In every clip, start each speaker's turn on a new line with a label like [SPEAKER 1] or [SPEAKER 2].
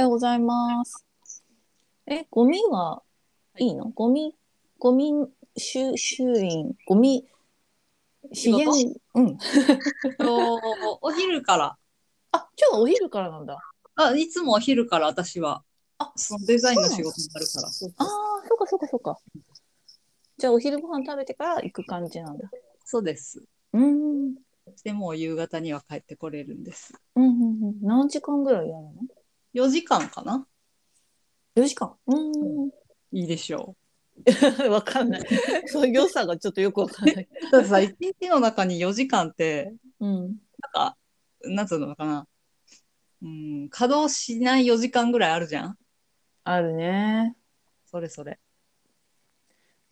[SPEAKER 1] ようございます。え、ゴミはいいのゴミ、ゴミ収集員、ゴミ資源、うん。
[SPEAKER 2] とお昼から
[SPEAKER 1] あ、今日はお昼からなんだ。
[SPEAKER 2] あいつもお昼から私は
[SPEAKER 1] あ
[SPEAKER 2] そのデザインの仕事になるからそう
[SPEAKER 1] ああ、そうかそうかそうか。じゃあお昼ご飯食べてから行く感じなんだ。
[SPEAKER 2] そうです
[SPEAKER 1] うーん。
[SPEAKER 2] でもう夕方には帰ってこれるんです
[SPEAKER 1] うんうんうん。何時間ぐらいやるの
[SPEAKER 2] 4時間かな
[SPEAKER 1] ?4 時間。う
[SPEAKER 2] いいでしょ
[SPEAKER 1] ーん。 わかんない。その良さがちょっとよくわかんない。
[SPEAKER 2] うたださ1日の中に4時間って
[SPEAKER 1] うん。
[SPEAKER 2] なんかなんつうのかなうん稼働しない4時間ぐらいあるじゃん
[SPEAKER 1] あるね。
[SPEAKER 2] それそれ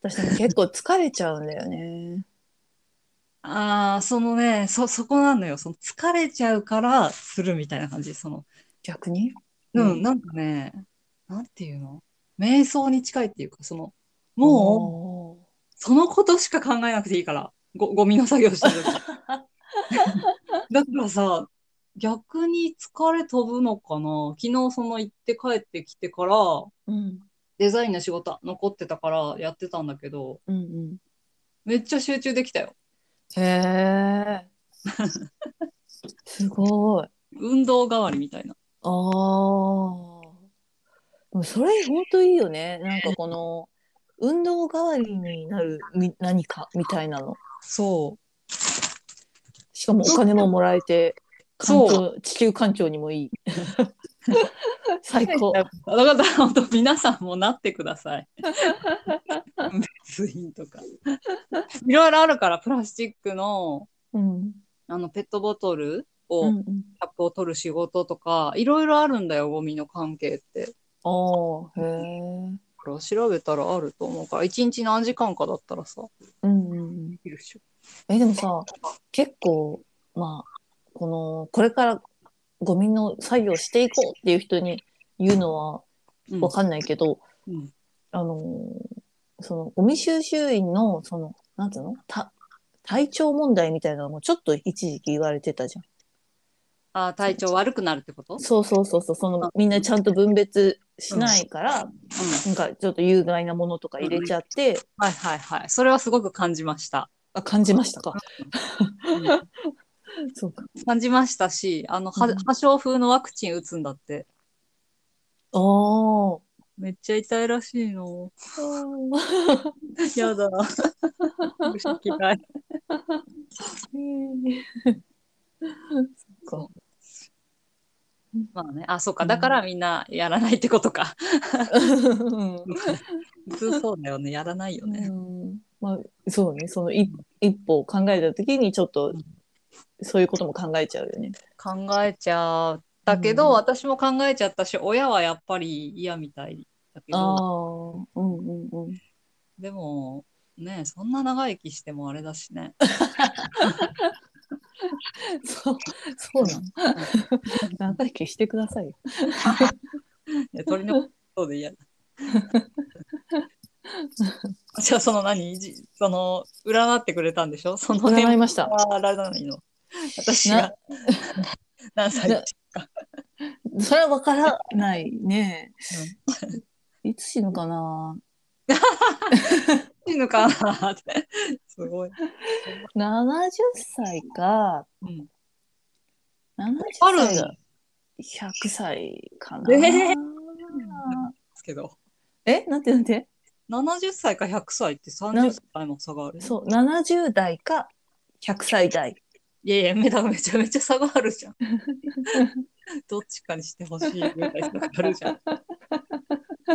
[SPEAKER 1] 私でも結構疲れちゃうんだよね。
[SPEAKER 2] ああそのねそそこなのよその疲れちゃうからするみたいな感じその
[SPEAKER 1] 逆に
[SPEAKER 2] う
[SPEAKER 1] うん
[SPEAKER 2] ん、なんかね、なんていうの瞑想に近いっていうか、その、もう、そのことしか考えなくていいから、ご、ゴミの作業し てる時。だからさ、逆に疲れ飛ぶのかな昨日その行って帰ってきてから、
[SPEAKER 1] う。うん。
[SPEAKER 2] デザインの仕事残ってたからやってたんだけど、
[SPEAKER 1] うんう
[SPEAKER 2] めっちゃ集中できたよ。
[SPEAKER 1] ん。 へえ。すごい。
[SPEAKER 2] 運動代わりみたいな。
[SPEAKER 1] ああ。でもそれ本当いいよね。なんかこの運動代わりになるみ何かみたいなの。
[SPEAKER 2] そ
[SPEAKER 1] しかもお金ももらえて、環境
[SPEAKER 2] そ
[SPEAKER 1] 地球環境にも いい。最高。
[SPEAKER 2] だから、本当皆さんもなってください。別品とか。いろいろあるから、プラスチックの、
[SPEAKER 1] うん。
[SPEAKER 2] あの、ペットボトル
[SPEAKER 1] うんう
[SPEAKER 2] を、キ
[SPEAKER 1] ん。
[SPEAKER 2] ャップを取る仕事とか、いろいろあるんだよ、ゴミの関係って。
[SPEAKER 1] ああ、へえ。
[SPEAKER 2] だから調べたらあると思うから、一日何時間かだったらさ、
[SPEAKER 1] うんうんうん。
[SPEAKER 2] できるでしょ。
[SPEAKER 1] えでもさ結構まあこのこれからゴミの作業していこうっていう人に言うのは
[SPEAKER 2] うん
[SPEAKER 1] わかんないけど、
[SPEAKER 2] うん
[SPEAKER 1] あのーそのゴミ収集員のそのなんつうのた体調問題みたいなのもちょっと一時期言われてたじゃん。
[SPEAKER 2] あ、体調悪くなるってこと
[SPEAKER 1] そうそうそうそうそのみんなちゃんと分別しないから、なんかちょっと有害なものとか入れちゃって、
[SPEAKER 2] はいはいはい。それはすごく感じました。
[SPEAKER 1] あ感じましたか。
[SPEAKER 2] うん
[SPEAKER 1] そうか。
[SPEAKER 2] 感じましたし、あの、は
[SPEAKER 1] うん
[SPEAKER 2] 破傷風のワクチン打つんだって。
[SPEAKER 1] あー
[SPEAKER 2] めっちゃ痛いらしいの。
[SPEAKER 1] あー。
[SPEAKER 2] やだ。 嫌い。
[SPEAKER 1] そっか。
[SPEAKER 2] まあね、あ、そうか、だからみんなやらないってことか。 普通そうだよね、やらないよね。
[SPEAKER 1] うんまあ、そうね、その一一歩を考えたときに、ちょっと、そういうことも考えちゃうよね。
[SPEAKER 2] 考えちゃったけど、
[SPEAKER 1] うん
[SPEAKER 2] 私も考えちゃったし、親はやっぱり嫌みたいだけ
[SPEAKER 1] あ
[SPEAKER 2] ど、
[SPEAKER 1] あ、うんうんうん。
[SPEAKER 2] でも、ね、そんな長生きしてもあれだしね。
[SPEAKER 1] そう、そうなの。長生きしてください よ。
[SPEAKER 2] いや鳥のことで嫌だ。じゃあその何じその占ってくれたんでしょその
[SPEAKER 1] 占い
[SPEAKER 2] 辺
[SPEAKER 1] ました。
[SPEAKER 2] は占いの私が何歳でしたか
[SPEAKER 1] それはわからないね。いつ死ぬかな。
[SPEAKER 2] いいのかなって。すごい。
[SPEAKER 1] 70歳か、
[SPEAKER 2] うん
[SPEAKER 1] 70
[SPEAKER 2] ある
[SPEAKER 1] 歳
[SPEAKER 2] ん
[SPEAKER 1] が
[SPEAKER 2] で
[SPEAKER 1] 100歳かな。
[SPEAKER 2] えすけど。
[SPEAKER 1] え、なんてなんて
[SPEAKER 2] 70歳か100歳って
[SPEAKER 1] な
[SPEAKER 2] 30歳の差がある。
[SPEAKER 1] そう、70代か100歳代。
[SPEAKER 2] いやいや、めだめちゃめちゃ差があるじゃん。どっちかにしてほしいぐらい差があるじゃん。だ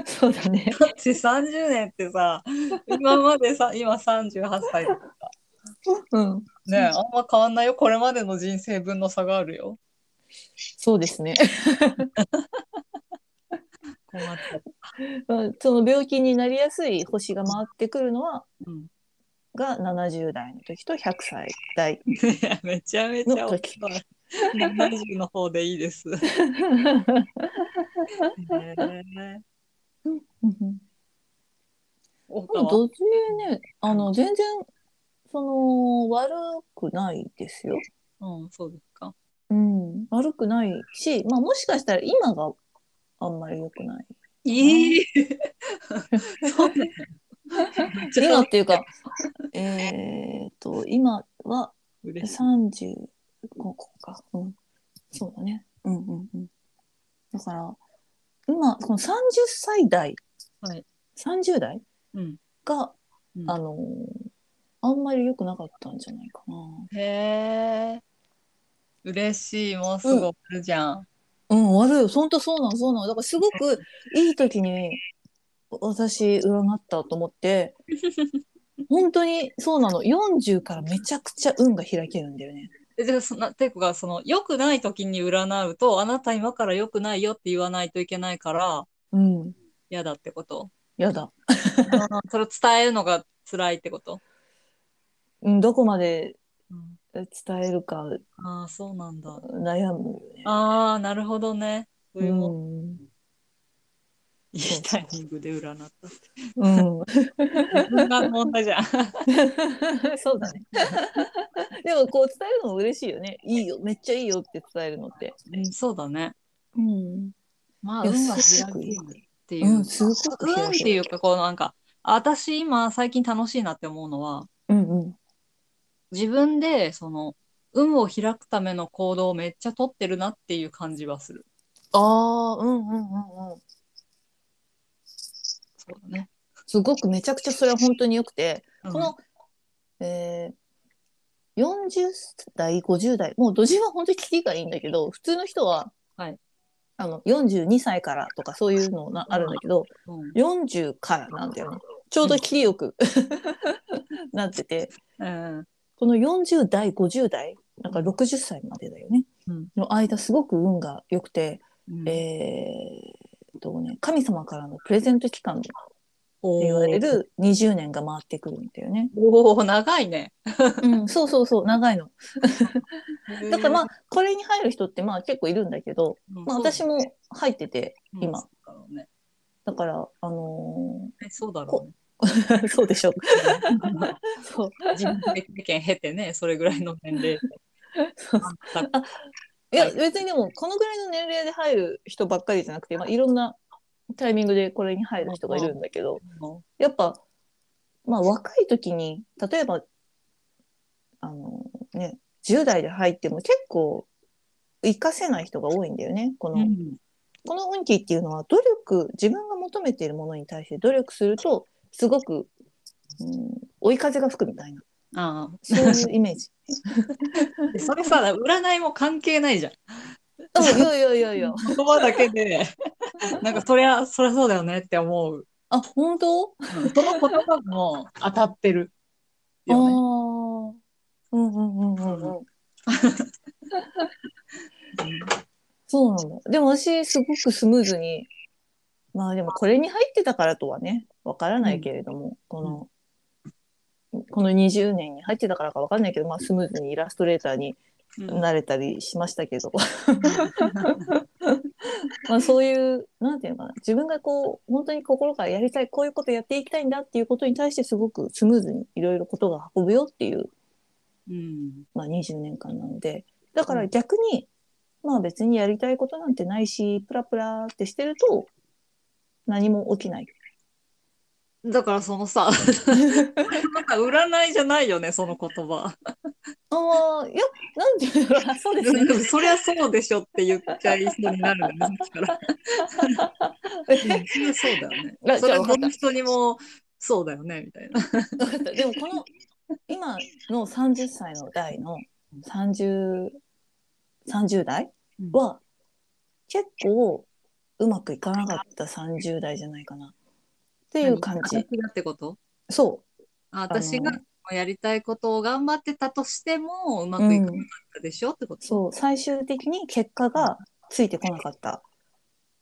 [SPEAKER 1] そうだね。
[SPEAKER 2] って30年ってさ、今までさ、今38歳だから
[SPEAKER 1] うん。
[SPEAKER 2] ねえあんま変わんないよ。これまでの人生分の差があるよ。
[SPEAKER 1] そうですね。
[SPEAKER 2] 困った。
[SPEAKER 1] まあその病気になりやすい星が回ってくるのは、
[SPEAKER 2] うん
[SPEAKER 1] が70代の時と100歳代。
[SPEAKER 2] いやめちゃめちゃ
[SPEAKER 1] の
[SPEAKER 2] 面
[SPEAKER 1] 時
[SPEAKER 2] 白い。70の方でいいです。ねえお
[SPEAKER 1] でも土地ね、あの、全然、その、悪くないですよ。
[SPEAKER 2] うん、そうですか。
[SPEAKER 1] うん、悪くないし、まあ、もしかしたら今があんまり良く ない。
[SPEAKER 2] いいそうなの
[SPEAKER 1] 今っていうか、えっと、今は
[SPEAKER 2] 嬉しい
[SPEAKER 1] 35個か。うん。そうだね。うんうんうん。だから、今、この30歳代、
[SPEAKER 2] はい
[SPEAKER 1] 30代
[SPEAKER 2] うん
[SPEAKER 1] が、
[SPEAKER 2] うん
[SPEAKER 1] あのーあんまり良くなかったんじゃないかな。
[SPEAKER 2] へえ。嬉しい、もうすぐ終わるじゃん。
[SPEAKER 1] うん、悪いよ。本当そうなの、そうなの。だからすごく いい時に私占ったと思 って、本当にそうなの。40からめちゃくちゃ運が開けるんだよね。
[SPEAKER 2] えじゃあそな、ていうか、その、良くない時に占うと、あなた今から良くないよって言わないといけないから、
[SPEAKER 1] うん。
[SPEAKER 2] 嫌だって こと。
[SPEAKER 1] やだ。
[SPEAKER 2] それを伝えるのが辛いってこと。
[SPEAKER 1] うん、どこまで
[SPEAKER 2] うん
[SPEAKER 1] 伝えるか
[SPEAKER 2] ああ、そうなんだ。
[SPEAKER 1] 悩むよね。
[SPEAKER 2] ああ、なるほどね。そう
[SPEAKER 1] う
[SPEAKER 2] いうもん
[SPEAKER 1] ん。
[SPEAKER 2] いいタイミングで占 ったって。
[SPEAKER 1] うん。
[SPEAKER 2] 自分が問題じゃん。
[SPEAKER 1] そうだね。 でもこう伝えるのも嬉しいよね。いいよ、めっちゃいいよって伝えるのって。
[SPEAKER 2] うんそうだね。
[SPEAKER 1] うん。
[SPEAKER 2] まあ、
[SPEAKER 1] いや
[SPEAKER 2] 運は
[SPEAKER 1] すご
[SPEAKER 2] 開
[SPEAKER 1] くいい
[SPEAKER 2] くっていうう。
[SPEAKER 1] ん、すごく
[SPEAKER 2] 運っ
[SPEAKER 1] 開け
[SPEAKER 2] て
[SPEAKER 1] る
[SPEAKER 2] いうか、こうなんか、私今最近楽しいなって思うのは、
[SPEAKER 1] うんうん。
[SPEAKER 2] 自分でその運を開くための行動をめっちゃ取ってるなっていう感じはする。
[SPEAKER 1] ああ、うんうんうんうん。
[SPEAKER 2] そうだね。
[SPEAKER 1] すごくめちゃくちゃそれは本当に良くて、
[SPEAKER 2] うん
[SPEAKER 1] この、えー、40代、50代、もう土人は本当に聞きがいいんだけど、普通の人は、
[SPEAKER 2] はい
[SPEAKER 1] あの42歳からとかそういうのなあるんだけど、
[SPEAKER 2] うん
[SPEAKER 1] 40からなんだよね。ちょうど切りよく なってて、
[SPEAKER 2] うん
[SPEAKER 1] この40代、50代、なんか60歳までだよね。
[SPEAKER 2] うん
[SPEAKER 1] の間、すごく運が良くて、
[SPEAKER 2] うん
[SPEAKER 1] えーっとね、神様からのプレゼント期間って
[SPEAKER 2] おー
[SPEAKER 1] 言われる20年が回ってくるんだよね。
[SPEAKER 2] おー長いね。
[SPEAKER 1] うん、そうそうそう、長いの。だからまあ、これに入る人ってまあ結構いるんだけど、
[SPEAKER 2] うん、
[SPEAKER 1] まあ私も入ってて、
[SPEAKER 2] そう
[SPEAKER 1] 今
[SPEAKER 2] そうだろうね。
[SPEAKER 1] だから、あの
[SPEAKER 2] えそうだろうね。
[SPEAKER 1] ー そうでしょう。そう。
[SPEAKER 2] 自分の経験経てね、それぐらいの年齢で。
[SPEAKER 1] そう
[SPEAKER 2] あった
[SPEAKER 1] いや、別にでも、このぐらいの年齢で入る人ばっかりじゃなくて、まあ、いろんなタイミングでこれに入る人がいるんだけど、
[SPEAKER 2] の
[SPEAKER 1] やっぱ、まあ、若い時に、例えば、あのね、10代で入っても結構、活かせない人が多いんだよね。この、
[SPEAKER 2] うん
[SPEAKER 1] この運気っていうのは、努力、自分が求めているものに対して努力すると、すごく、うん、追い風が吹くみたいな、
[SPEAKER 2] あ
[SPEAKER 1] そういうイメージ。
[SPEAKER 2] あでそれさ、占いも関係ないじゃん。
[SPEAKER 1] あ、いやいやいやいや。
[SPEAKER 2] 言葉だけで、なんかそりゃ、そりゃそうだよねって思う。
[SPEAKER 1] あ、本当
[SPEAKER 2] うん その言葉も当たってるよ
[SPEAKER 1] あ
[SPEAKER 2] ね。
[SPEAKER 1] あ。うんうんうんうんうん。 そうなんだ。でも私、すごくスムーズに。まあでもこれに入ってたからとはね、わからないけれども、この、この20年に入ってたからかわかんないけど、まあスムーズにイラストレーターに
[SPEAKER 2] うん
[SPEAKER 1] なれたりしましたけど、まあそういう、なんていうのかな、自分がこう、本当に心からやりたい、こういうことやっていきたいんだっていうことに対してすごくスムーズにいろいろことが運ぶよっていう
[SPEAKER 2] うん
[SPEAKER 1] まあ、20年間なのでだから逆に、まあ別にやりたいことなんてないしプラプラってしてると何も起きない。
[SPEAKER 2] だからそのさ、なんか占いじゃないよね、その言葉。
[SPEAKER 1] ああいやなんていうんだろうあ そうですね。
[SPEAKER 2] そりゃそうでしょって言っちゃいそうになるよね、さっきから。うん そりゃそうだよね。
[SPEAKER 1] あ
[SPEAKER 2] そ
[SPEAKER 1] じゃ
[SPEAKER 2] れ
[SPEAKER 1] あ分か
[SPEAKER 2] は
[SPEAKER 1] った
[SPEAKER 2] どの人にもそうだよね、みたいな。
[SPEAKER 1] わかったでもこの今の30歳の代の3030代は結構うまくいかなかった30代じゃないかなっていう感じ
[SPEAKER 2] 私。がってこと
[SPEAKER 1] そ
[SPEAKER 2] あ私
[SPEAKER 1] あ
[SPEAKER 2] がやりたいことを頑張ってたとしても、うまくいかなかったでしょってこ
[SPEAKER 1] う
[SPEAKER 2] と。
[SPEAKER 1] そう最終的に結果がついてこなかった。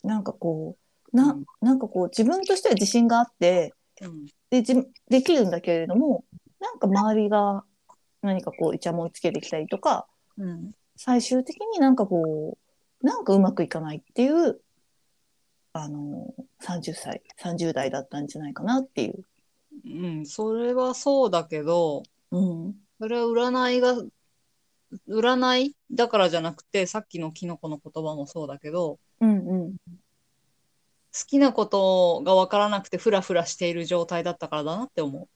[SPEAKER 1] なんかこう、
[SPEAKER 2] う
[SPEAKER 1] な、
[SPEAKER 2] ん
[SPEAKER 1] なんかこう、自分としては自信があって、
[SPEAKER 2] うん
[SPEAKER 1] で、じ、できるんだけれども、なんか周りが何かこう、イチャモンつけてきたりとか、
[SPEAKER 2] うん
[SPEAKER 1] 最終的になんかこう、なんかうまくいかないっていう、あの、30歳、30代だったんじゃないかなっていう。
[SPEAKER 2] うん、それはそうだけど、
[SPEAKER 1] うん。
[SPEAKER 2] それは占いが、占いだからじゃなくて、さっきのキノコの言葉もそうだけど、
[SPEAKER 1] うんうん。
[SPEAKER 2] きなことが分からなくてフラフラしている状態だったからだなって思う。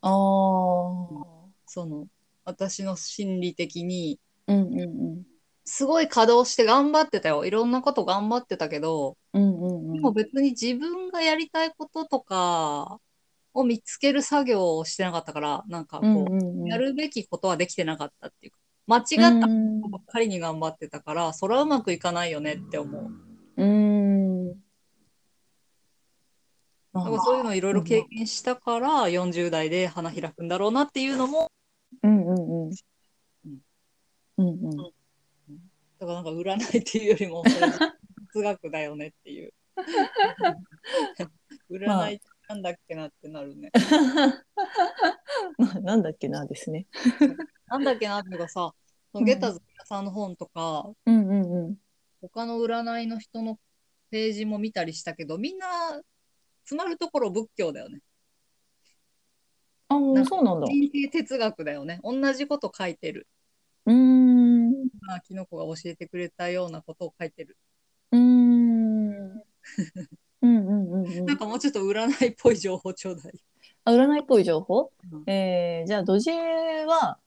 [SPEAKER 1] ああ。
[SPEAKER 2] その私の心理的に
[SPEAKER 1] うんうんうん。
[SPEAKER 2] すごい稼働して頑張ってたよいろんなこと頑張ってたけど
[SPEAKER 1] うんうん
[SPEAKER 2] で
[SPEAKER 1] う
[SPEAKER 2] も
[SPEAKER 1] ん。
[SPEAKER 2] 別に自分がやりたいこととかを見つける作業をしてなかったからなんかこう、
[SPEAKER 1] うんうんうん、
[SPEAKER 2] やるべきことはできてなかったっていうか間違っ
[SPEAKER 1] う
[SPEAKER 2] たこ
[SPEAKER 1] ん
[SPEAKER 2] とばっかりに頑張ってたから、それはうまくいかないよねって思う。
[SPEAKER 1] うん。ま
[SPEAKER 2] な
[SPEAKER 1] あ
[SPEAKER 2] んかそういうのいろいろ経験したから、40代で花開くんだろうなっていうのも
[SPEAKER 1] うんうんうん。うんうん。
[SPEAKER 2] だからなんか占いっていうよりもそれ哲学だよねっていう
[SPEAKER 1] まあ
[SPEAKER 2] 占いってなんだっけなってなるね、
[SPEAKER 1] まあ、なんだっけなですね。
[SPEAKER 2] なんだっけなっていうかさそ
[SPEAKER 1] うん
[SPEAKER 2] のゲタズキさんの本とか
[SPEAKER 1] うんうんうん。
[SPEAKER 2] 他の占いの人のページも見たりしたけどみんな詰まるところ仏教だよね
[SPEAKER 1] あ
[SPEAKER 2] なん
[SPEAKER 1] あ、
[SPEAKER 2] か
[SPEAKER 1] そうなんだ。
[SPEAKER 2] 神経哲学だよね同じこと書いてる
[SPEAKER 1] うーん。う
[SPEAKER 2] まあキノコが教えてくれたようなことを書いてる
[SPEAKER 1] ーん。うんうんうんうん
[SPEAKER 2] なん。かもうちょっと占いっぽい情報ちょうだい
[SPEAKER 1] あ、占いっぽい情報、
[SPEAKER 2] うん
[SPEAKER 1] えー、じゃあ、ドジェは、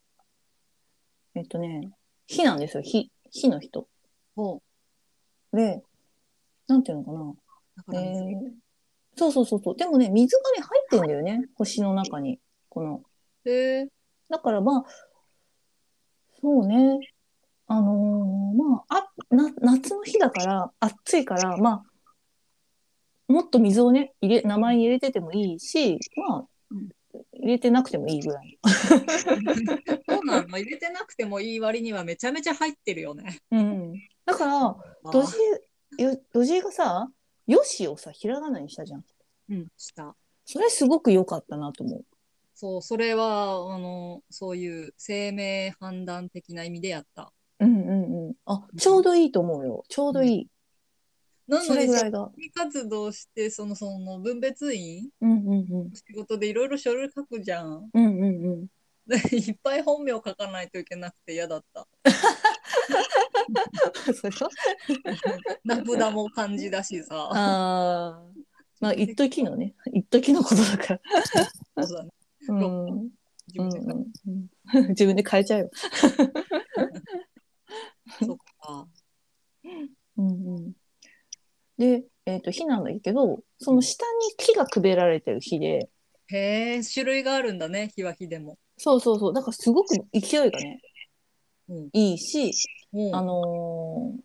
[SPEAKER 1] えっとね、火なんですよ。火。火の人。
[SPEAKER 2] ほ
[SPEAKER 1] で、なんていうのかな。
[SPEAKER 2] うだから
[SPEAKER 1] え
[SPEAKER 2] 水
[SPEAKER 1] ーそうそうそうそう。でもね、水がね、入ってんだよね。星の中に。この。
[SPEAKER 2] へー
[SPEAKER 1] だからまあ、そうね。あのーまあ、あ、な、夏の日だから、暑いから、まあ、もっと水をね、入れ、名前に入れててもいいし、まあ
[SPEAKER 2] うん、
[SPEAKER 1] 入れてなくてもいいぐらい。
[SPEAKER 2] そうなの入れてなくてもいい割にはめちゃめちゃ入ってるよね。
[SPEAKER 1] うん。だから、ドジ、よドジがさ、よしをさ、ひらがなにしたじゃん。
[SPEAKER 2] うん、した。
[SPEAKER 1] それすごく良かったなと思う。
[SPEAKER 2] そう、それは、あの、そういう生命判断的な意味でやった。
[SPEAKER 1] うんうんうん。あ、ちょうどいいと思うよ。ちょうどいい。
[SPEAKER 2] な
[SPEAKER 1] そ
[SPEAKER 2] の
[SPEAKER 1] れ
[SPEAKER 2] で、
[SPEAKER 1] ぐ
[SPEAKER 2] 社
[SPEAKER 1] らいが。
[SPEAKER 2] 会活動して、その、その、分別員
[SPEAKER 1] うんうんうん。
[SPEAKER 2] 仕事でいろいろ書類書くじゃん。
[SPEAKER 1] うんうんうん。
[SPEAKER 2] でいっぱい本名書かないといけなくて嫌だった。
[SPEAKER 1] それは
[SPEAKER 2] 名札も漢字だしさ。
[SPEAKER 1] ああ。まあ、一時のね、一時のことだから。
[SPEAKER 2] そうだね
[SPEAKER 1] うん
[SPEAKER 2] 自
[SPEAKER 1] ん
[SPEAKER 2] 分で書く
[SPEAKER 1] うん自分で変えちゃえば。
[SPEAKER 2] そっか。
[SPEAKER 1] うんうん、で、えっ、と、火なんだけど、その下に木がくべられてる火で、
[SPEAKER 2] へえ、種類があるんだね、日は日でも。
[SPEAKER 1] そうそうそう、だからすごく勢いがね、
[SPEAKER 2] うん
[SPEAKER 1] いいし、
[SPEAKER 2] うん
[SPEAKER 1] あのー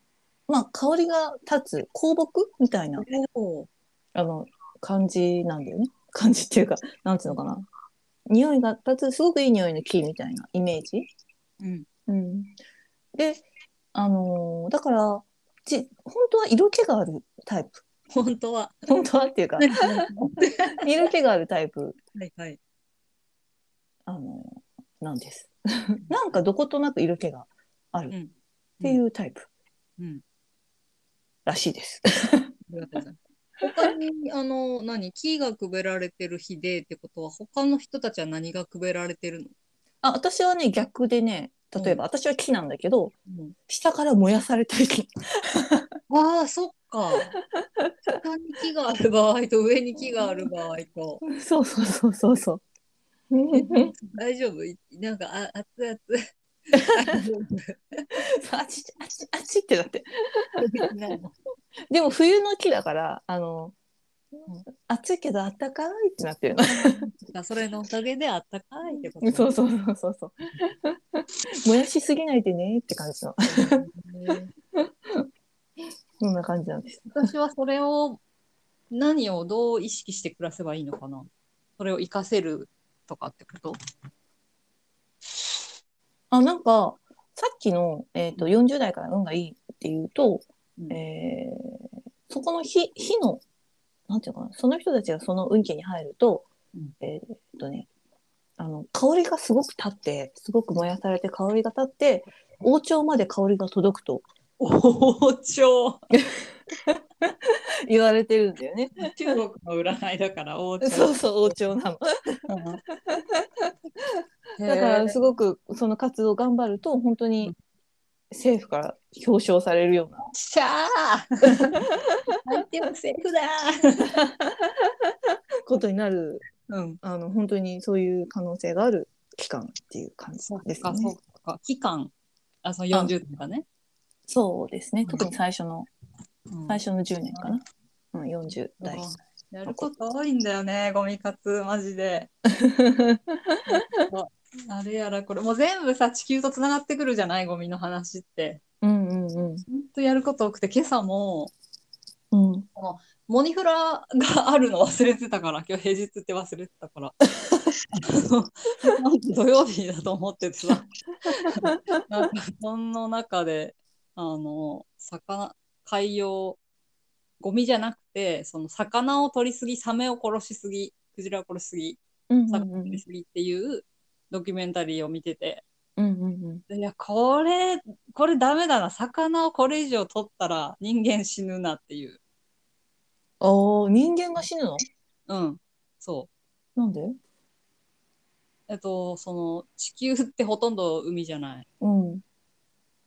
[SPEAKER 1] まあ、香りが立つ香木みたいな、
[SPEAKER 2] おー
[SPEAKER 1] あの、感じなんだよね。 感じっていうか、なんつうのかな。匂いが立つ、すごくいい匂いの木みたいなイメージ。
[SPEAKER 2] うん。
[SPEAKER 1] うん、で、あのーだからち本当は色気があるタイプ
[SPEAKER 2] 本当は。
[SPEAKER 1] 本当はっていう か色気があるタイプ、
[SPEAKER 2] はいはい。
[SPEAKER 1] あのーなんです なんかどことなく色気がある
[SPEAKER 2] うん
[SPEAKER 1] っていうタイプ
[SPEAKER 2] うん。
[SPEAKER 1] らしいです、
[SPEAKER 2] ありがとうございます。他に、あの、何、木がくべられてる日でってことは、他の人たちは何がくべられてるの、
[SPEAKER 1] あ私はね逆でね例えば、私は木なんだけど下から燃やされたり
[SPEAKER 2] ああ、そっか。下に木がある場合と上に木がある場合と。
[SPEAKER 1] そうそうそうそうそう
[SPEAKER 2] 大丈夫いなんか、あ、熱々。
[SPEAKER 1] あちあちあちってなって
[SPEAKER 2] なんか
[SPEAKER 1] でも冬の木だからあの、暑いけど暖かいってなってるの。
[SPEAKER 2] それのおかげであったかいってこ
[SPEAKER 1] そ
[SPEAKER 2] と。
[SPEAKER 1] うそうそうそうそう。燃やしすぎないでねって感じの
[SPEAKER 2] ね
[SPEAKER 1] そんな感じなんです。
[SPEAKER 2] 私はそれを、何をどう意識して暮らせばいいのかな。それを活かせるとかってこと
[SPEAKER 1] あなんかさっきのえっ、と40代から運がいいっていうと、
[SPEAKER 2] うん
[SPEAKER 1] えーそこの日日のなんていうのかなその人たちがその運気に入ると、
[SPEAKER 2] うん
[SPEAKER 1] えーっとねあの香りがすごく立ってすごく燃やされて香りが立って王朝まで香りが届くと
[SPEAKER 2] 王朝
[SPEAKER 1] 言われてるんだよね。
[SPEAKER 2] 中国の占いだから王朝
[SPEAKER 1] そうそう王朝なの。だからすごくその活動を頑張ると本当に政府から表彰されるような。
[SPEAKER 2] し ゃあ相手はセーフだ
[SPEAKER 1] ことになる
[SPEAKER 2] うん。
[SPEAKER 1] あの本当にそういう可能性がある期間っていう感じ
[SPEAKER 2] そう
[SPEAKER 1] で
[SPEAKER 2] ですす
[SPEAKER 1] か
[SPEAKER 2] か、
[SPEAKER 1] ね。そ
[SPEAKER 2] そ
[SPEAKER 1] う
[SPEAKER 2] うか。期間、あ、その40とかね。
[SPEAKER 1] ですね
[SPEAKER 2] ん
[SPEAKER 1] 特に最初の、
[SPEAKER 2] うん
[SPEAKER 1] 最初の10年かな、うん、40代。
[SPEAKER 2] やること多いんだよね、ゴミ活、マジで。あれやらこれ、もう全部さ、地球とつながってくるじゃない、ゴミの話って。
[SPEAKER 1] うんうん
[SPEAKER 2] ほんとやること多くて、今朝も、
[SPEAKER 1] うん。うん、
[SPEAKER 2] モニフラがあるの忘れてたから、 今日平日って忘れてたから。 あの土曜日だと思っててさ、 なんかその中で、あの、魚、海洋、ゴミじゃなくて、その魚を取りすぎ、サメを殺しすぎ、クジラを殺しすぎ、
[SPEAKER 1] うんう
[SPEAKER 2] 魚を
[SPEAKER 1] んう
[SPEAKER 2] 取
[SPEAKER 1] ん
[SPEAKER 2] りすぎっていうドキュメンタリーを見てて、
[SPEAKER 1] うんうんうん
[SPEAKER 2] いや、これ、これダメだな、魚をこれ以上取ったら人間死ぬなっていう。
[SPEAKER 1] ああ人間が死ぬの
[SPEAKER 2] うん、そう。
[SPEAKER 1] なんで
[SPEAKER 2] えっと、その地球ってほとんど海じゃない。
[SPEAKER 1] うん。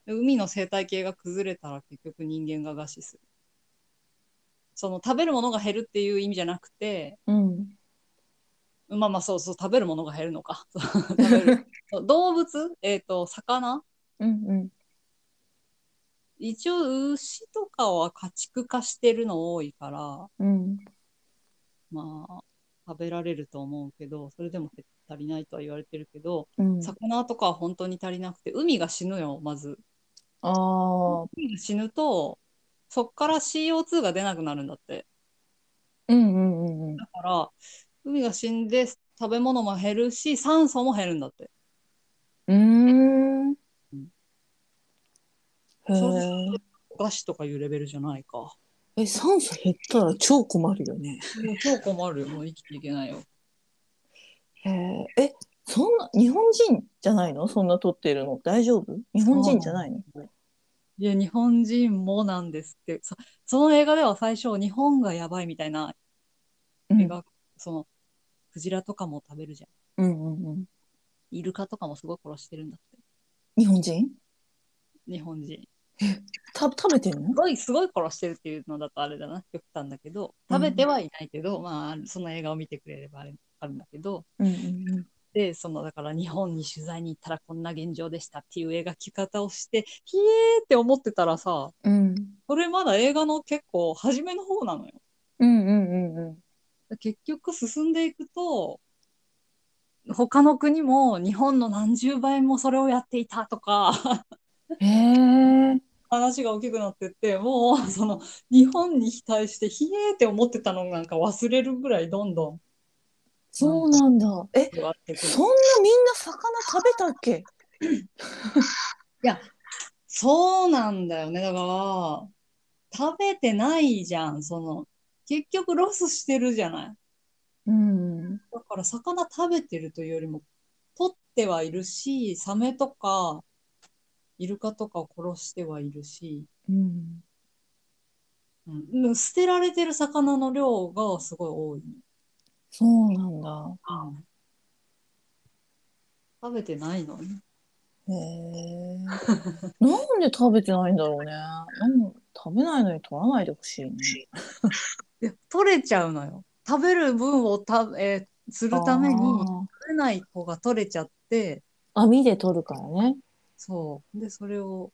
[SPEAKER 2] で海の生態系が崩れたら結局人間が餓死する。その食べるものが減るっていう意味じゃなくて、
[SPEAKER 1] うん。
[SPEAKER 2] まあまあそうそう、食べるものが減るのか。 そう食べるそう動物、えっ、と、魚
[SPEAKER 1] うんうん。
[SPEAKER 2] 一応牛とかは家畜化してるの多いから、
[SPEAKER 1] うん。
[SPEAKER 2] まあ、食べられると思うけど、それでも足りないとは言われてるけど、
[SPEAKER 1] うん、
[SPEAKER 2] 魚とかは本当に足りなくて、海が死ぬよ、まず。
[SPEAKER 1] ああ。
[SPEAKER 2] 死ぬとそっから CO2 が出なくなるんだって
[SPEAKER 1] うんうんうんうん。
[SPEAKER 2] だから海が死んで食べ物も減るし酸素も減るんだって
[SPEAKER 1] うーん。へ
[SPEAKER 2] そうす
[SPEAKER 1] ー
[SPEAKER 2] お菓子とかいうレベルじゃないか
[SPEAKER 1] え、酸素減ったら超困るよね。
[SPEAKER 2] もう超困るよもう生きていけないよ
[SPEAKER 1] へえ、え、そんな、日本人じゃないのそんな取ってるの大丈夫日本人じゃないの
[SPEAKER 2] いや日本人もなんですってそその映画では最初日本がやばいみたいな
[SPEAKER 1] うん
[SPEAKER 2] 映画、そのクジラとかも食べるじゃ
[SPEAKER 1] うんうんうん。
[SPEAKER 2] んイルカとかもすごい殺してるんだっ
[SPEAKER 1] 日本人
[SPEAKER 2] て日本人
[SPEAKER 1] た食べてるの
[SPEAKER 2] すごいすごい殺してるっていうのだとあれだな極端だけど食べてはいないけど、まあその映画を見てくれればあれあるんだけど
[SPEAKER 1] うんうん
[SPEAKER 2] でそのだから日本に取材に行ったらこんな現状でしたっていう描き方をしてひえーって思ってたらさ
[SPEAKER 1] うん。
[SPEAKER 2] それまだ映画の結構初めの方なのよ
[SPEAKER 1] うんうんうんうん。
[SPEAKER 2] 結局進んでいくと他の国も日本の何十倍もそれをやっていたとか
[SPEAKER 1] へえ。
[SPEAKER 2] 話が大きくなってってもうその日本に対してひえーって思ってたのなんか忘れるぐらいどんどん
[SPEAKER 1] そうなんだ。え、
[SPEAKER 2] 変わってくる
[SPEAKER 1] そんなみんな魚食べたっけ
[SPEAKER 2] そうなんだよね。だから、食べてないじゃん。その、結局ロスしてるじゃない。
[SPEAKER 1] うん。
[SPEAKER 2] だから、魚食べてるというよりも、取ってはいるし、サメとか、イルカとかを殺してはいるし、
[SPEAKER 1] うん。
[SPEAKER 2] うん、でも捨てられてる魚の量がすごい多い。
[SPEAKER 1] そうなんだ。
[SPEAKER 2] 食べてないのに。
[SPEAKER 1] へえ。 なんで食べてないんだろうね。なん食べないのに取らないでほしいね。
[SPEAKER 2] いや取れちゃうのよ。食べる分をた、えーするために、食べない子が取れちゃって、
[SPEAKER 1] あー網で取るからね。
[SPEAKER 2] そう。で、それを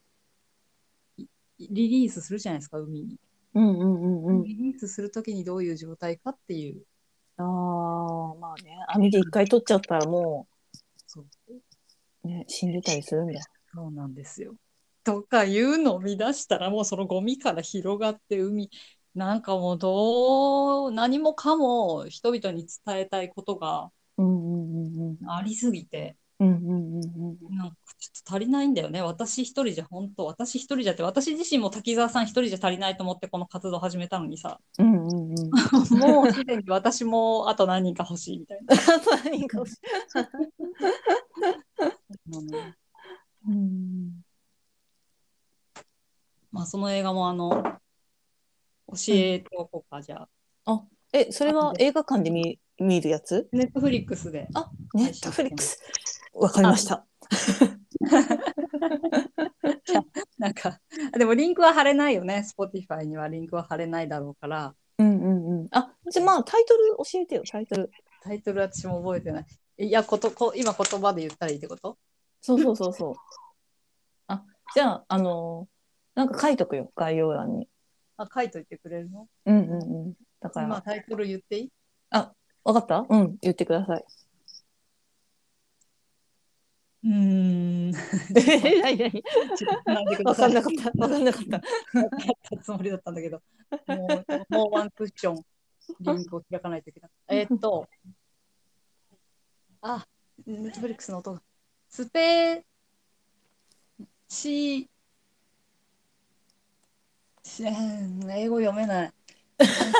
[SPEAKER 2] いリリースするじゃないですか、海に。
[SPEAKER 1] うんうんうんうん。
[SPEAKER 2] リリースするときにどういう状態かっていう。
[SPEAKER 1] ああ、まあね。網で一回取っちゃったらも
[SPEAKER 2] そう
[SPEAKER 1] う、ね、死んでたりするんだ。
[SPEAKER 2] そうなんですよ。とかいうのを見出したら、もうそのゴミから広がって海、なんかもうどう、何もかも人々に伝えたいことが
[SPEAKER 1] うんうんうんうん。
[SPEAKER 2] ありすぎて、
[SPEAKER 1] うんうんうんうん。
[SPEAKER 2] なんかちょっと足りないんだよね。私一人じゃ、本当私一人じゃって、私自身も滝沢さん一人じゃ足りないと思ってこの活動始めたの にさ、
[SPEAKER 1] うんうんうん。
[SPEAKER 2] もうすでに私もあと何人か欲しいみたいな。
[SPEAKER 1] 何かし うん。
[SPEAKER 2] まあ、その映画もあの教えておこうか、じゃあ。
[SPEAKER 1] え、それは映画館で見見るやつ
[SPEAKER 2] ネットフリックスで。
[SPEAKER 1] ネットフリックス。わかりました。
[SPEAKER 2] なんか、でもリンクは貼れないよね。Spotify にはリンクは貼れないだろうから、
[SPEAKER 1] うんうんうん。あ、じゃあまあタイトル教えてよ、タイトル。
[SPEAKER 2] タイトル私も覚えてない。いや、ことこ今言葉で言ったらいいってこと
[SPEAKER 1] そうそうそうそう。 あ、じゃあ、あのーなんか書いとくよ、概要欄に。
[SPEAKER 2] あ、書いといてくれるの
[SPEAKER 1] うんうんうん。だから、
[SPEAKER 2] 今タイトル言っていい
[SPEAKER 1] わかったうん、言ってください。
[SPEAKER 2] うーん。
[SPEAKER 1] え、何何わ
[SPEAKER 2] わ
[SPEAKER 1] か
[SPEAKER 2] か
[SPEAKER 1] ん
[SPEAKER 2] ん
[SPEAKER 1] な
[SPEAKER 2] な
[SPEAKER 1] か
[SPEAKER 2] か
[SPEAKER 1] っ
[SPEAKER 2] ったた。。
[SPEAKER 1] わ
[SPEAKER 2] わ
[SPEAKER 1] か
[SPEAKER 2] か
[SPEAKER 1] ん
[SPEAKER 2] ん
[SPEAKER 1] な
[SPEAKER 2] な
[SPEAKER 1] かっ
[SPEAKER 2] か
[SPEAKER 1] た。
[SPEAKER 2] ったつもりだったんだけど、もうもうワンクッション、リンクを開かないといけない。えーっと、あ、ネットフリックスの音が。スペシし、うん英語読めない。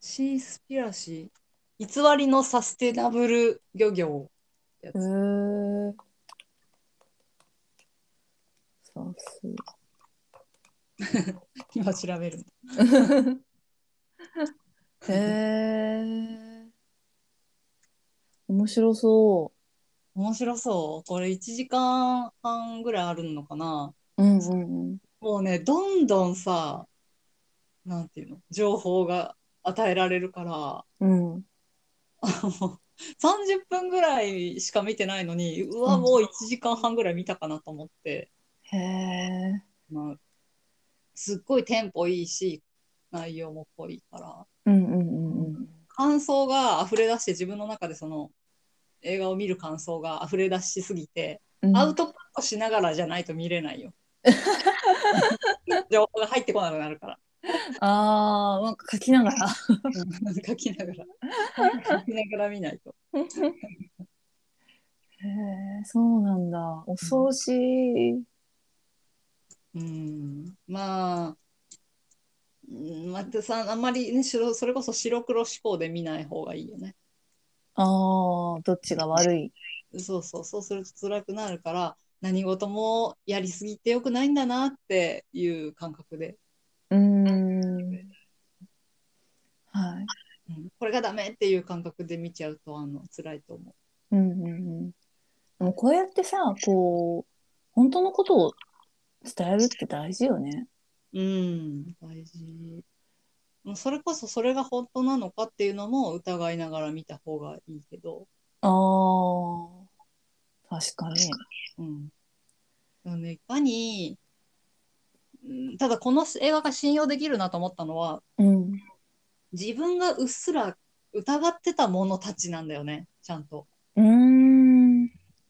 [SPEAKER 2] シースピラシー、偽りのサステナブル漁業。
[SPEAKER 1] うーん。そうす。
[SPEAKER 2] 今調べる。
[SPEAKER 1] へえ。面白そ
[SPEAKER 2] 面白そう。これ1時間半ぐらいあるのかな。
[SPEAKER 1] う。うんうんうん。
[SPEAKER 2] もうね、どんどんさ、なんていうの、情報が与えられるから、
[SPEAKER 1] う ん、
[SPEAKER 2] もう30分ぐらいしか見てないのに、うわ、
[SPEAKER 1] うん
[SPEAKER 2] もう1時間半ぐらい見たかなと思って、
[SPEAKER 1] へえ。
[SPEAKER 2] まあ、すっごいテンポいいし、内容も濃いから、
[SPEAKER 1] うんうんうんうん。
[SPEAKER 2] 感想が溢れ出して、自分の中でその、映画を見る感想が溢れ出しすぎて、
[SPEAKER 1] うん
[SPEAKER 2] アウトプットしながらじゃないと見れないよ。情報が入ってこなくなるから。
[SPEAKER 1] ああ、なんか書きなが ら。
[SPEAKER 2] 書きながら。書きながら見ないと。
[SPEAKER 1] へえ、そうなんだ。恐ろしい。
[SPEAKER 2] うん。まあ、うんまたさ、あんまりね、白それこそ白黒思考で見ない方がいいよね。
[SPEAKER 1] ああ、どっちが悪い。
[SPEAKER 2] そうそう、そうすると辛くなるから、何事もやりすぎてよくないんだなっていう感覚で、
[SPEAKER 1] うーん。はい。
[SPEAKER 2] うんこれがダメっていう感覚で見ちゃうと、あの、辛いと思う。
[SPEAKER 1] うんうんうん。でもこうやってさ、こう、本当のことを伝えるって大事よね。
[SPEAKER 2] うん、大事。もうそれこそそれが本当なのかっていうのも疑いながら見た方がいいけど、
[SPEAKER 1] ああ、確かに。
[SPEAKER 2] うん。でもね、いかに、うんただこの映画が信用できるなと思ったのは、
[SPEAKER 1] うん。
[SPEAKER 2] 自分がうっすら疑ってたものたちなんだよね、ちゃんと。
[SPEAKER 1] うーん。
[SPEAKER 2] な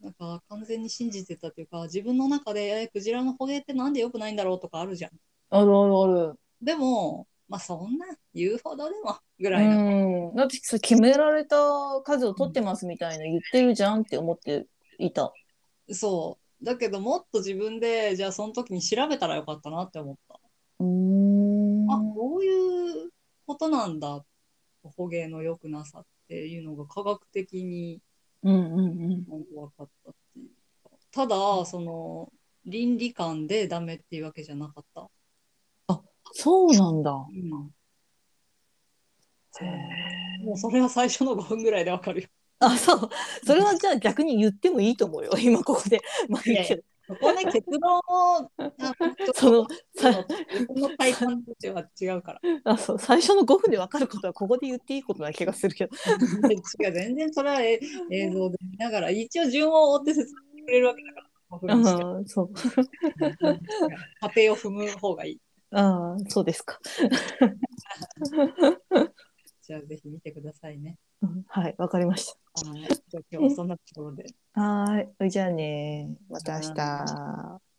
[SPEAKER 2] んか完全に信じてたというか、自分の中で、え、クジラの捕鯨ってなんで良くないんだろうとかあるじゃん。
[SPEAKER 1] あるあるある。
[SPEAKER 2] でも、まあそんな言うほどでもぐらいの。
[SPEAKER 1] うん。だってさ、決められた数を取ってますみたいな言ってるじゃんって思っていた。
[SPEAKER 2] そう。だけど、もっと自分で、じゃあその時に調べたらよかったなって思った。
[SPEAKER 1] うーん。
[SPEAKER 2] あ、こういうことなんだ。捕鯨の良くなさっていうのが科学的に
[SPEAKER 1] うんうんうん。
[SPEAKER 2] なんか分かったっていうか。ただ、その、倫理観でダメっていうわけじゃなかった。
[SPEAKER 1] そうなんだ。
[SPEAKER 2] そうもうそれは最初の5分ぐらいで分かるよ。
[SPEAKER 1] あ、そう。それはじゃあ逆に言ってもいいと思うよ。今ここで。まあいいけど。
[SPEAKER 2] そこね、結論を、 あ
[SPEAKER 1] その、さ
[SPEAKER 2] 自分の体感としては違うから。
[SPEAKER 1] あそう最初の5分で分かることはここで言っていいことな気がするけど。
[SPEAKER 2] 違う、全然それはえ映像で見ながら、一応順を追って説明してくれるわけだから、こういうふうにして
[SPEAKER 1] ああそう
[SPEAKER 2] 過程を踏む方がいい。
[SPEAKER 1] ああそうですか。
[SPEAKER 2] じゃあ、ぜひ見てくださいね。
[SPEAKER 1] うんはいわかりまし
[SPEAKER 2] はい。じゃあ、今日はそんなところで。
[SPEAKER 1] た。はーいじゃあねまた明
[SPEAKER 2] は
[SPEAKER 1] 日。